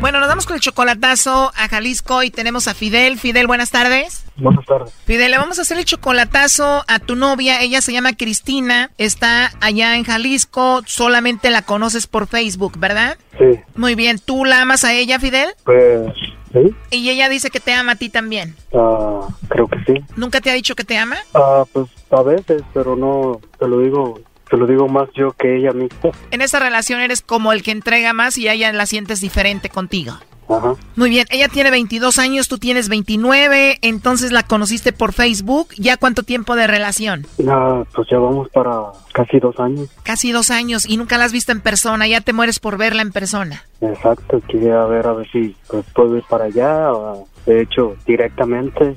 Bueno, nos vamos con el chocolatazo a Jalisco y tenemos a Fidel. Fidel, buenas tardes. Buenas tardes. Fidel, le vamos a hacer el chocolatazo a tu novia. Ella se llama Cristina, está allá en Jalisco. Solamente la conoces por Facebook, ¿verdad? Sí, Muy bien, ¿tú la amas a ella, Fidel? pues sí, Y ella dice que te ama a ti también. ah, creo que sí. ¿Nunca te ha dicho que te ama? Ah, pues a veces, pero no, te lo digo, te lo digo más yo que ella misma. En esta relación eres como el que entrega más y a ella la sientes diferente contigo. Ajá, Muy bien, ella tiene 22 años, tú tienes 29, entonces la conociste por Facebook. ¿Ya cuánto tiempo de relación? Ah, pues ya vamos para casi dos años. Casi dos años y nunca la has visto en persona, ya te mueres por verla en persona. Exacto, quería ver a ver si pues, puedo ir para allá, o, de hecho, directamente,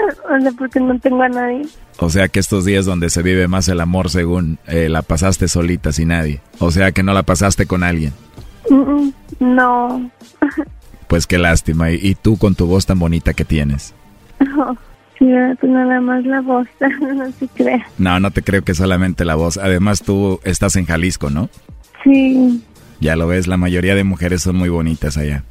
o sea, porque no tengo a nadie, O sea que estos días donde se vive más el amor según eh, la pasaste solita sin nadie. O sea que no la pasaste con alguien. Mm, mm, no, Pues qué lástima. Y, y tú con tu voz tan bonita que tienes. sí, pues nada más la voz, no se crea, No, no te creo que solamente la voz. Además tú estás en Jalisco, ¿no? sí, Ya lo ves, la mayoría de mujeres son muy bonitas allá.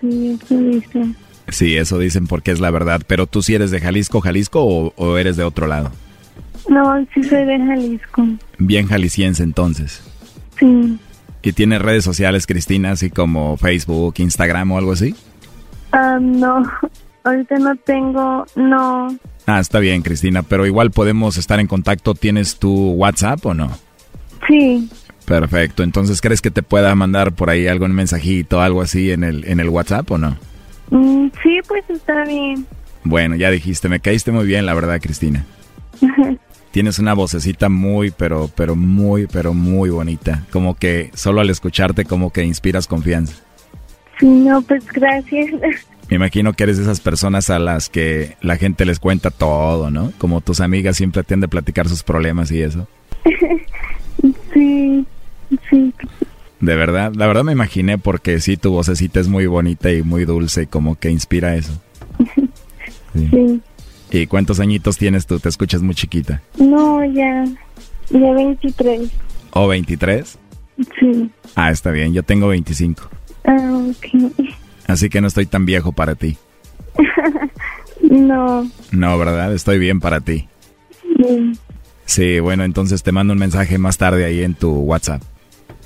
sí, eso dice, Sí, eso dicen porque es la verdad. Pero tú sí eres de Jalisco, Jalisco o, o eres de otro lado. no, sí soy de Jalisco, Bien jalisciense entonces. sí, ¿Y tienes redes sociales, Cristina, así como Facebook, Instagram o algo así? ah, no, ahorita no tengo, no, Ah, está bien, Cristina, pero igual podemos estar en contacto. ¿Tienes tu WhatsApp o no? sí, Perfecto. Entonces, ¿crees que te pueda mandar por ahí algún mensajito, algo así en el, en el WhatsApp o no? mm, sí, pues está bien. Bueno, ya dijiste, me caíste muy bien, la verdad, Cristina. Tienes una vocecita muy, pero, pero muy, pero muy bonita. Como que solo al escucharte como que inspiras confianza. Sí, no, pues gracias. Me imagino que eres de esas personas a las que la gente les cuenta todo, ¿no? Como tus amigas siempre tienden a platicar sus problemas y eso. Sí, sí, De verdad, la verdad me imaginé porque sí, tu vocecita es muy bonita y muy dulce, como que inspira eso. Sí. sí. ¿Y cuántos añitos tienes tú? Te escuchas muy chiquita. No, ya, ya 23. ¿O 23? Sí. Ah, está bien, yo tengo 25. Ah, ok. Así que no estoy tan viejo para ti. No, No, ¿verdad? Estoy bien para ti. sí. Sí, bueno, entonces te mando un mensaje más tarde ahí en tu WhatsApp.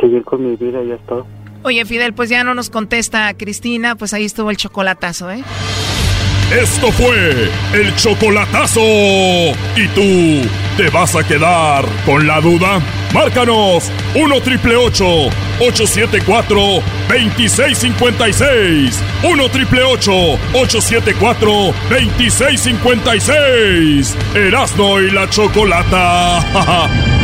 seguir con mi vida y ya está. Oye, Fidel, pues ya no nos contesta Cristina, pues ahí estuvo el chocolatazo, ¿eh? Esto fue el chocolatazo. ¿Y tú te vas a quedar con la duda? Márcanos 1 triple 874 2656. 1 triple 874 2656. Erasno y la chocolata.